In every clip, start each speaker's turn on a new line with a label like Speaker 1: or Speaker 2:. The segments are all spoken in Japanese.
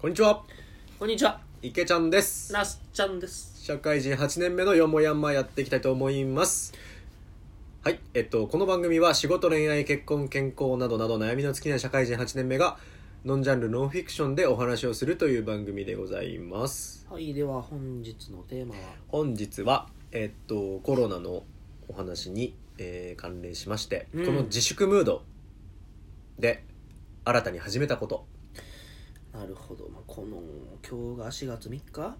Speaker 1: こんにちは
Speaker 2: こんにちは、
Speaker 1: 池ちゃんです
Speaker 2: なすちゃんです。
Speaker 1: 社会人8年目のよもやんまやっていきたいと思いますはいえっとこの番組は仕事恋愛結婚健康などなど悩みの尽きない社会人8年目がノンジャンルノンフィクションでお話をするという番組でございます
Speaker 2: はい、では本日のテーマは、
Speaker 1: 本日はえっとコロナのお話に、えー関連しまして、
Speaker 2: うん
Speaker 1: この自粛ムードで新たに始めたこと
Speaker 2: なるほど、まあ、この、今日が4月3日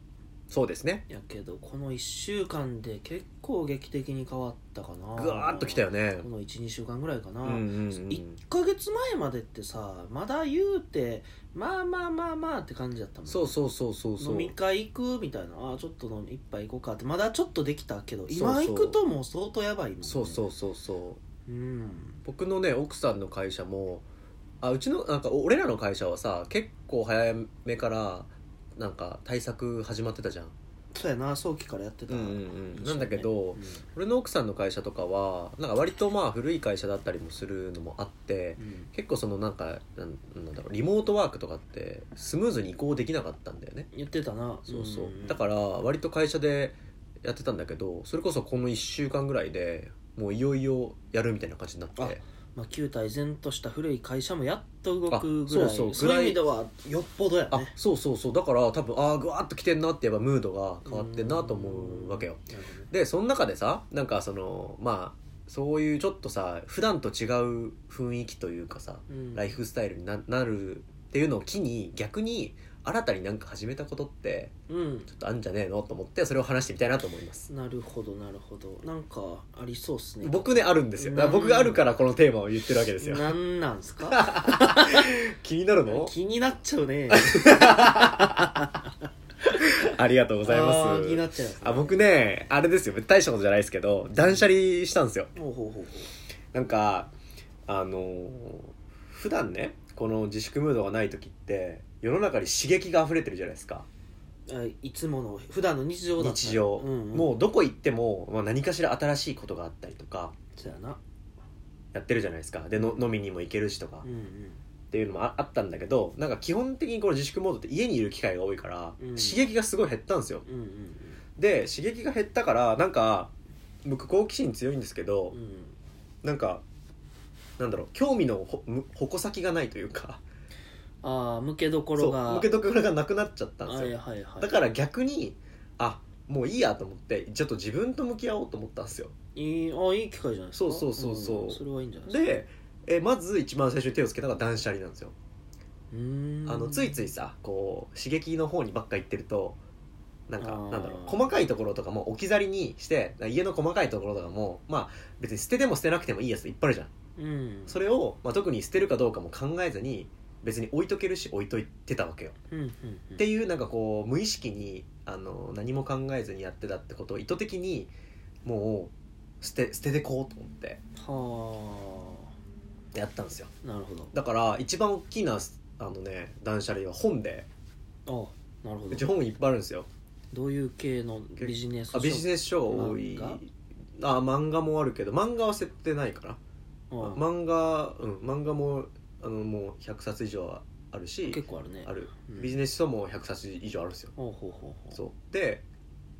Speaker 1: そうですね
Speaker 2: やけど、この1週間で結構劇的に変わったかな。
Speaker 1: ぐわーっときたよね
Speaker 2: この1、2週間ぐらいかな。
Speaker 1: うんうんうん
Speaker 2: 1ヶ月前までってさ、まだ言うて、まあまあまあまあって感じだったもんね
Speaker 1: そうそうそうそうそう
Speaker 2: 飲み会行くみたいなあーちょっと飲み一杯行こうかってまだちょっとできたけど
Speaker 1: そうそう
Speaker 2: 今行くともう相当やばいもんね
Speaker 1: そうそうそうそう
Speaker 2: ううん
Speaker 1: 僕のね奥さんの会社もあうちのなんかお俺らの会社はさ結構早めからなんか対策始まってたじゃん、
Speaker 2: そうやな早期からやってた、
Speaker 1: なんだけど、俺の奥さんの会社とかはなんか割とまあ古い会社だったりもするのもあって
Speaker 2: うん、うん
Speaker 1: 結構そのなんかなんなんだろうリモートワークとかってスムーズに移行できなかったんだよね
Speaker 2: 言ってたな
Speaker 1: そうそう、
Speaker 2: ん
Speaker 1: だから割と会社でやってたんだけどそれこそこの1週間ぐらいでもういよいよやるみたいな感じになって
Speaker 2: あまあ、旧体依然とした古い会社もやっと動くぐらい
Speaker 1: あ
Speaker 2: そ
Speaker 1: そううそうぐらい
Speaker 2: いう意味ではよっぽどや
Speaker 1: あ
Speaker 2: ね
Speaker 1: そうそうそうだから多分ああぐわーっと来てんなって言えばムードが変わってんなと思うわけよ
Speaker 2: なるほどね
Speaker 1: でその中でさなんかそのまあそういうちょっとさ普段と違う雰囲気というかさ
Speaker 2: うん
Speaker 1: ライフスタイルにななるっていうのを機に逆に新たになんか始めたことって
Speaker 2: うん
Speaker 1: ちょっとあんじゃねえのと思ってそれを話してみたいなと思います
Speaker 2: なるほどなるほどなんかありそうっすね
Speaker 1: 僕ねあるんですよだから僕があるからこのテーマを言ってるわけですよ
Speaker 2: なんなん すか
Speaker 1: 気になるの
Speaker 2: 気になっちゃうね
Speaker 1: ありがとうご
Speaker 2: ご
Speaker 1: ざいま
Speaker 2: 気にな
Speaker 1: す
Speaker 2: っちゃいますね
Speaker 1: あ僕ねあれですよ大したことじゃないですけど断捨離したんですよ
Speaker 2: ほうほうほうほう
Speaker 1: なんかあのー普段ねこの自粛ムードがない時って世の中に刺激が溢れてるじゃないですか
Speaker 2: あいつもの普段の日常だった
Speaker 1: 日常、
Speaker 2: うんうん、
Speaker 1: もうどこ行っても、まあ、何かしら新しいことがあったりとか
Speaker 2: そうやな
Speaker 1: やってるじゃないですかでの飲みにも行けるしとか、
Speaker 2: う
Speaker 1: っ
Speaker 2: ん
Speaker 1: ていうのもああったんだけどなんか基本的にこの自粛モードって家にいる機会が多いから、
Speaker 2: うん
Speaker 1: 刺激がすごい減ったんですよ
Speaker 2: うんうん
Speaker 1: で刺激が減ったからなんか僕好奇心強いんですけど
Speaker 2: うんうんうん
Speaker 1: なんかなんだろう興味のほむ矛先がないというか
Speaker 2: ああ向けどこ
Speaker 1: そ
Speaker 2: ろ
Speaker 1: う
Speaker 2: が
Speaker 1: 向けどころがなくなっちゃったんです
Speaker 2: はい
Speaker 1: よ
Speaker 2: はいはい
Speaker 1: だから逆にあもういいやと思ってちょっと自分と向き合おうと思ったんですよ
Speaker 2: いいあいい機会じゃないです
Speaker 1: そ
Speaker 2: か
Speaker 1: うそうそうそうん
Speaker 2: それはいいんじゃない
Speaker 1: でえまず一番最初に手をつけたのが断捨離なんですよ
Speaker 2: うーん
Speaker 1: あのついついさこう刺激の方にばっか行ってるとなんか
Speaker 2: あー
Speaker 1: なんだろう細かいところとかも置き去りにして家の細かいところとかもまあ別に捨てても捨てなくてもいいやついっぱいあるじゃん
Speaker 2: うん
Speaker 1: それを、まあ、特に捨てるかどうかも考えずに別に置いとけるし置いといてたわけよ
Speaker 2: うんうんうん
Speaker 1: っていうなんかこう無意識にあの何も考えずにやってたってことを意図的にもう捨て捨ててこうと思って
Speaker 2: は
Speaker 1: やったんですよ
Speaker 2: あなるほど
Speaker 1: だから一番大きなあのね断捨離は本で
Speaker 2: あなるほ
Speaker 1: うち
Speaker 2: ど
Speaker 1: 本いっぱいあるんですよ
Speaker 2: どういう系のビジネス
Speaker 1: あビジ
Speaker 2: ス
Speaker 1: ネス書が多い
Speaker 2: 漫
Speaker 1: あ漫画もあるけど漫画は設定ないから
Speaker 2: ま
Speaker 1: 漫画うん漫画もあのもう100冊以上はあるし
Speaker 2: 結構あるね
Speaker 1: ある
Speaker 2: うん
Speaker 1: ビジネス書も100冊以上あるんですよ
Speaker 2: ほうほうほうほう
Speaker 1: そうで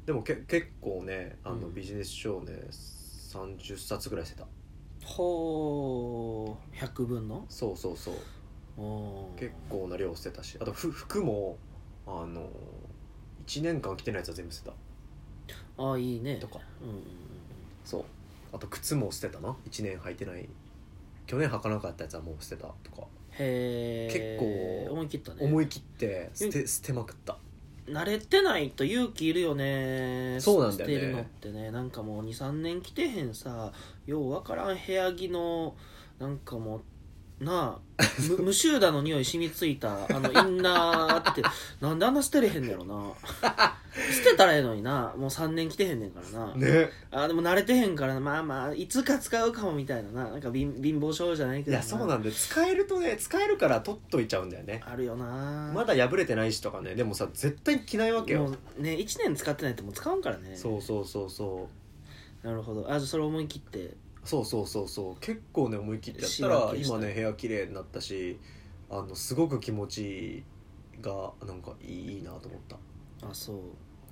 Speaker 1: でもけ結構ねあの
Speaker 2: うん
Speaker 1: ビジネス書をね、30冊ぐらいしてた
Speaker 2: ほう100分の
Speaker 1: そうそうそう
Speaker 2: おー
Speaker 1: 結構な量捨てたしあとふ服もあの1年間着てないやつは全部捨てた
Speaker 2: ああいいね
Speaker 1: とか
Speaker 2: うんうんうん
Speaker 1: そうあと靴も捨てたな1年履いてない去年履かなかったやつはもう捨てたとか、
Speaker 2: へえ
Speaker 1: 結構
Speaker 2: 思い切ったね
Speaker 1: 思い切って捨て捨てまくった
Speaker 2: 慣れてないと勇気いるよね
Speaker 1: そうなんだよね
Speaker 2: 捨てるのってねなんかもう23年来てへんさようわからん部屋着のなんかもうな あむ無臭だの匂い染みついたあのインナ ーってなんであんな捨てれへんのやろな捨てたらええのになもう3年来てへんねんからな、
Speaker 1: ね
Speaker 2: あでも慣れてへんからなまあまあいつか使うかもみたいなななんか貧貧乏症じゃないけ
Speaker 1: い
Speaker 2: ど
Speaker 1: やそうなんで使えるとね使えるから取っといちゃうんだよね
Speaker 2: あるよな
Speaker 1: まだ破れてないしとかねでもさ絶対着ないわけよ、
Speaker 2: もうね1年使ってないともう使うんからね
Speaker 1: そうそうそうそう
Speaker 2: なるほどあじゃあそれ思い切って
Speaker 1: そうそうそうそう結構ね思い切ってやった
Speaker 2: しま
Speaker 1: ら
Speaker 2: きした
Speaker 1: 今ね部屋綺麗になったしあのすごく気持ちいいがなんかいいいいなと思った
Speaker 2: あそ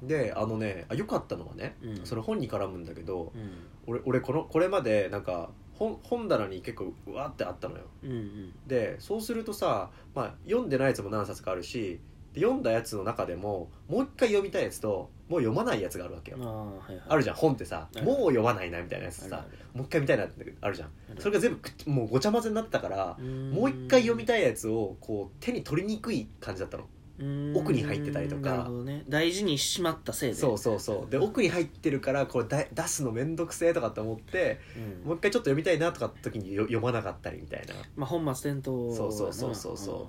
Speaker 2: う
Speaker 1: であのねあ良かったのはね、
Speaker 2: うん
Speaker 1: その本に絡むんだけど
Speaker 2: うん
Speaker 1: 俺俺このこれまでなんか本本棚に結構うわーってあったのよ
Speaker 2: うんうん
Speaker 1: でそうするとさ、まあ、読んでないやつも何冊かあるしで読んだやつの中でももう一回読みたいやつともう読まないやつがあるわけよ、
Speaker 2: ああはいはい
Speaker 1: あるじゃん本ってさ
Speaker 2: うん
Speaker 1: もう読まないなみたいなやつ
Speaker 2: あ
Speaker 1: さ
Speaker 2: る
Speaker 1: もう一回見たいなってあるじゃん
Speaker 2: ある
Speaker 1: それが全部くっもうごちゃ混ぜになってたから
Speaker 2: うーん
Speaker 1: もう一回読みたいやつをこう手に取りにくい感じだったの
Speaker 2: うーん
Speaker 1: 奥に入ってたりとか
Speaker 2: なるほどね大事にしまったせいで
Speaker 1: そうそうそうで奥に入ってるからこれだ出すのめんどくせえとかって思って
Speaker 2: うん
Speaker 1: もう一回ちょっと読みたいなとかって時によ読まなかったりみたいなっ
Speaker 2: まあ本末転倒
Speaker 1: そうそうそうそうそ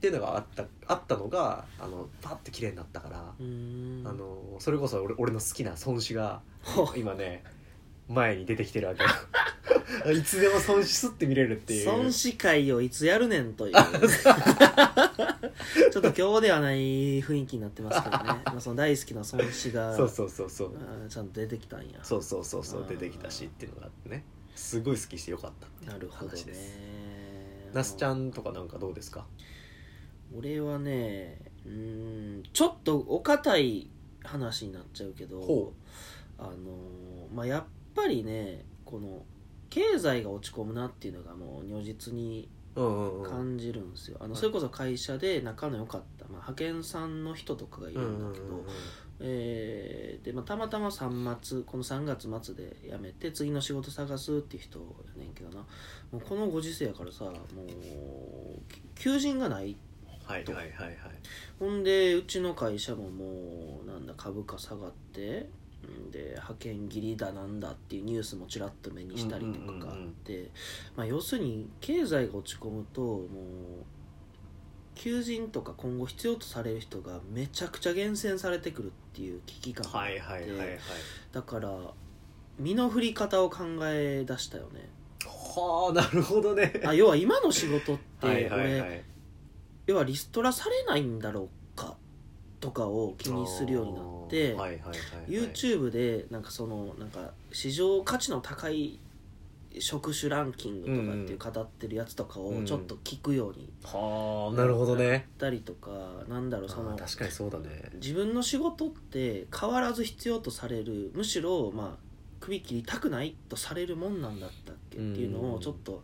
Speaker 1: ていうのがあったあったのがあのパッて綺麗になったから
Speaker 2: うーん
Speaker 1: あのそれこそ俺俺の好きな孫子が
Speaker 2: ほ
Speaker 1: 今ね前に出てきてるわけ よいつでも孫子すって見れるっていう
Speaker 2: 孫子会をいつやるねんという ちょっと今日ではない雰囲気になってますけどね、 まあ、その大好きな孫子が
Speaker 1: そうそうそうそう
Speaker 2: あーちゃんと出てきたんや
Speaker 1: そうそうそうそう
Speaker 2: あー
Speaker 1: 出てきたしっていうのがあってねすごい好きしてよかったっていう
Speaker 2: なるほどね
Speaker 1: 話です那須ちゃんとかなんかどうですか
Speaker 2: 俺はねうーんちょっとお堅い話になっちゃうけど
Speaker 1: ほ
Speaker 2: あのーまあやっぱりねこの経済が落ち込むなっていうのがもう如実に
Speaker 1: うんうんうん
Speaker 2: 感じるんですよ、あ
Speaker 1: は
Speaker 2: の
Speaker 1: い
Speaker 2: それこそ会社で仲の良かった、まあ、派遣さんの人とかがいるんだけど、
Speaker 1: うんうんうん
Speaker 2: えーでまあ、たまたま3末この3月末で辞めて次の仕事探すっていう人やねんけどなもうこのご時世やからさもうき求人がない
Speaker 1: はいはいはいはい
Speaker 2: ほんでうちの会社ももうなんだ株価下がってんで派遣切りだなんだっていうニュースもちらっと目にしたりとかがあって、まあ、要するに経済が落ち込むともう求人とか今後必要とされる人がめちゃくちゃ厳選されてくるっていう危機感があっ
Speaker 1: は
Speaker 2: て
Speaker 1: いはいはいはい
Speaker 2: だから身の振り方を考え出したよね
Speaker 1: はあなるほど ね
Speaker 2: あ要は今の仕事って
Speaker 1: は
Speaker 2: 俺、
Speaker 1: いはいはい
Speaker 2: 要はリストラされないんだろうかとかを気にするようになって、
Speaker 1: あーはいはいはいはい
Speaker 2: YouTube でなんかそのなんか市場価値の高い職種ランキングとかっていう語ってるやつとかをちょっと聞くように
Speaker 1: はあなるほどね
Speaker 2: したりとか、なんだろうそ
Speaker 1: あ
Speaker 2: の
Speaker 1: ー確かにそうだね
Speaker 2: 自分の仕事って変わらず必要とされるむしろまあ首切りたくないとされるもんなんだったっけっていうの
Speaker 1: う
Speaker 2: を
Speaker 1: ん
Speaker 2: ちょっと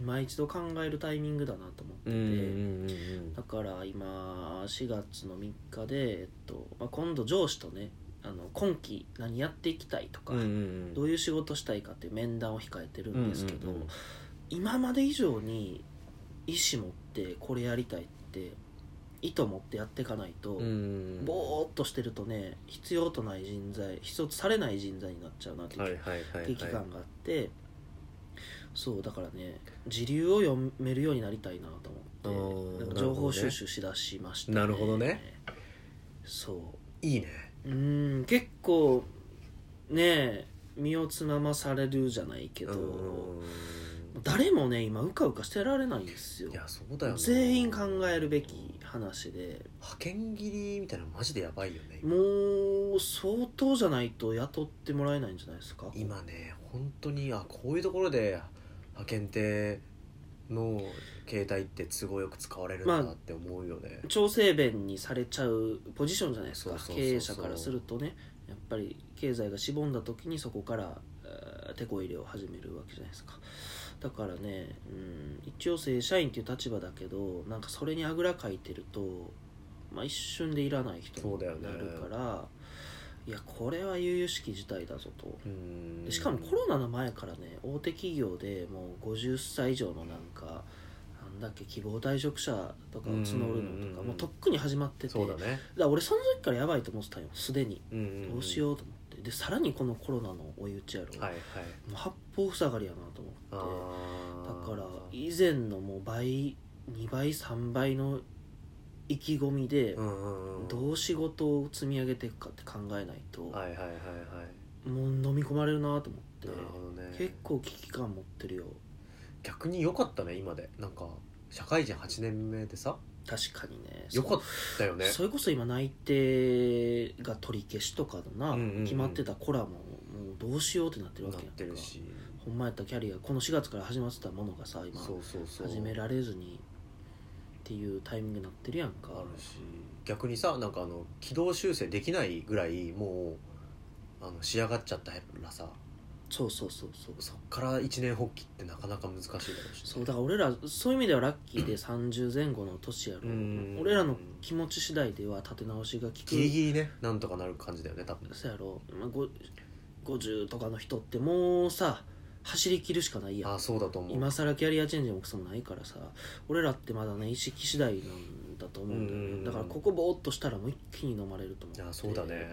Speaker 2: 今一度考えるタイミングだなと思ってて、
Speaker 1: うんうんうんうん
Speaker 2: だから今4月の3日で、えっとまあ、今度上司とねあの今期何やっていきたいとか、
Speaker 1: うんうん
Speaker 2: どういう仕事したいかっていう面談を控えてるんですけど、
Speaker 1: うんうんうん
Speaker 2: 今まで以上に意思持ってこれやりたいって意図持ってやっていかないと、
Speaker 1: うんうんうん
Speaker 2: ぼーっとしてるとね必要とない人材必要とされない人材になっちゃうなっていう
Speaker 1: はいはいはいはい
Speaker 2: 危機感があって、そうだからね時流を読めるようになりたいなと思っ
Speaker 1: あー
Speaker 2: てなんか
Speaker 1: なる
Speaker 2: 情
Speaker 1: ほどね
Speaker 2: 報収集しだしました、
Speaker 1: なるほどね
Speaker 2: そ
Speaker 1: いいね
Speaker 2: ううん結構ねえ身をつままされるじゃないけど、
Speaker 1: うん
Speaker 2: 誰もね今うかうかしてられないんですよ
Speaker 1: いやそうだよな
Speaker 2: 全員考えるべき話で
Speaker 1: 派遣切りみたいなのマジでやばいよね今
Speaker 2: もう相当じゃないと雇ってもらえないんじゃないですか
Speaker 1: 今ね本当にあこういうところで派遣っての携帯って都合よく使われるんだ
Speaker 2: ま
Speaker 1: な
Speaker 2: あ
Speaker 1: って思うよね、
Speaker 2: 調整弁にされちゃうポジションじゃないですか
Speaker 1: そうそうそうそう
Speaker 2: 経営者からするとねやっぱり経済がしぼんだ時にそこからえー手こ入れを始めるわけじゃないですかだからね、うん、一応正社員っていう立場だけどなんかそれにあぐらかいてると、まあ、一瞬でいらない人
Speaker 1: そうだよ
Speaker 2: に
Speaker 1: ね
Speaker 2: なるから、いやこれは悠々しき事態だぞと
Speaker 1: うん
Speaker 2: でしかもコロナの前からね大手企業でもう50歳以上のなんかなんだっけ希望退職者とかを募る
Speaker 1: うんうん
Speaker 2: の
Speaker 1: うんうん
Speaker 2: とかもうとっくに始まってて
Speaker 1: そうだね、
Speaker 2: だから俺その時からやばいと思ってたよすでに
Speaker 1: うんんん
Speaker 2: どうしようと思ってでさらにこのコロナの追い打ちやろ、
Speaker 1: はいはい
Speaker 2: もう八方塞がりやなと
Speaker 1: あ
Speaker 2: 思ってだ
Speaker 1: ー
Speaker 2: から以前のもう倍2倍3倍の意気込みで
Speaker 1: うんうんうん
Speaker 2: どう仕事を積み上げていくかって考えないと、
Speaker 1: はいはいはいはい
Speaker 2: もう飲み込まれるなと思って
Speaker 1: なるほどね
Speaker 2: 結構危機感持ってるよ
Speaker 1: 逆に良かったね今でなんか社会人8年目でさ
Speaker 2: 確かにね
Speaker 1: 良かったよね
Speaker 2: それこそ今内定が取り消しとかのな、
Speaker 1: うんうんうん
Speaker 2: 決まってたコラももうどうしようってなってるわ
Speaker 1: なっ
Speaker 2: けやん
Speaker 1: てる
Speaker 2: か
Speaker 1: し
Speaker 2: ほんまやったらキャリアこの4月から始まってたものがさ今
Speaker 1: そうそうそう
Speaker 2: 始められずにっていうタイミングになってるやんか
Speaker 1: あるし逆にさなんかあの軌道修正できないぐらいもうあの仕上がっちゃったらさ
Speaker 2: そうそうそうそう
Speaker 1: そっから一年発起ってなかなか難しいだろうしね、
Speaker 2: そうだから俺らそういう意味ではラッキーで30前後の年や
Speaker 1: う
Speaker 2: ろ
Speaker 1: ん
Speaker 2: 俺らの気持ち次第では立て直しが効く
Speaker 1: ギリギリねなんとかなる感じだよね多分
Speaker 2: そうやろ、まあ、ご50とかの人ってもうさ走り切るしかないやん
Speaker 1: ああそうだと思う
Speaker 2: 今更キャリアチェンジもクソもないからさ俺らってまだね意識次第なんだと思うんだよ
Speaker 1: うんうんう
Speaker 2: ね
Speaker 1: ん
Speaker 2: だからここぼーっとしたらもう一気に飲まれると思う
Speaker 1: ああそうだね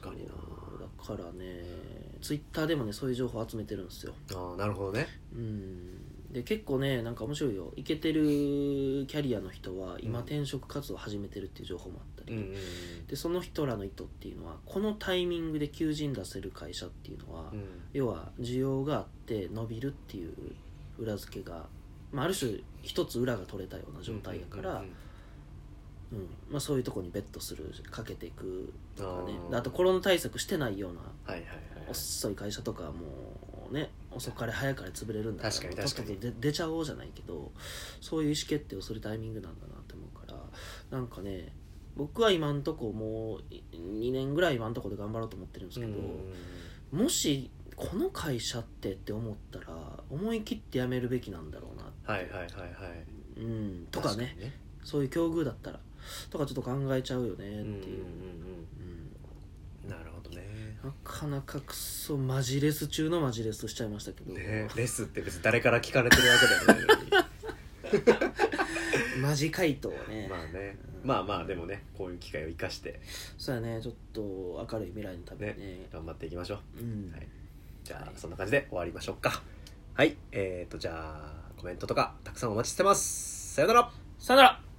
Speaker 1: 確かにな
Speaker 2: そうだからねツイッターでもねそういう情報集めてるんですよ
Speaker 1: ああなるほどね
Speaker 2: うんで結構ねなんか面白いよイケてるキャリアの人は今
Speaker 1: うん
Speaker 2: 転職活動始めてるっていう情報もあった
Speaker 1: うん
Speaker 2: り、でその人らの意図っていうのはこのタイミングで求人出せる会社っていうのは、
Speaker 1: うんうん
Speaker 2: 要は需要があって伸びるっていう裏付けが、まあ、ある種一つ裏が取れたような状態やから、
Speaker 1: うんうん
Speaker 2: うんまあ、そういうとこにベットするかけていくとかね
Speaker 1: あ
Speaker 2: で
Speaker 1: ー
Speaker 2: あとコロナ対策してないような
Speaker 1: はいはいはい
Speaker 2: 遅い会社とかはもうね遅かれ早かれ潰れるんだ
Speaker 1: 確かに
Speaker 2: もうと
Speaker 1: 確
Speaker 2: っ
Speaker 1: か
Speaker 2: と
Speaker 1: に
Speaker 2: と出出ちゃおうじゃないけどそういう意思決定をするタイミングなんだなって思うからなんかね僕は今んとこもう2年ぐらい今んとこで頑張ろうと思ってるんですけど、もしこの会社ってって思ったら思い切って辞めるべきなんだろうな、
Speaker 1: はいはいはいはい
Speaker 2: うん、とかね
Speaker 1: 確ね
Speaker 2: そういう境遇だったらとかちょっと考えちゃうよね
Speaker 1: う
Speaker 2: っ
Speaker 1: んうん
Speaker 2: ていう、うん
Speaker 1: うんなるほどね
Speaker 2: なかなかくそマジレス中のマジレスしちゃいましたけど、
Speaker 1: ねレスって別に誰から聞かれてるわけでもないのに
Speaker 2: マジ回答ね、
Speaker 1: まあね、まあまあでもねこういう機会を生かして
Speaker 2: そうやねちょっと明るい未来のためにね
Speaker 1: 頑張っていきましょう
Speaker 2: うん
Speaker 1: はいじゃ
Speaker 2: はい
Speaker 1: あそんな感じで終わりましょうかはいえー、とじゃあコメントとかたくさんお待ちしてますさよなら
Speaker 2: さよなら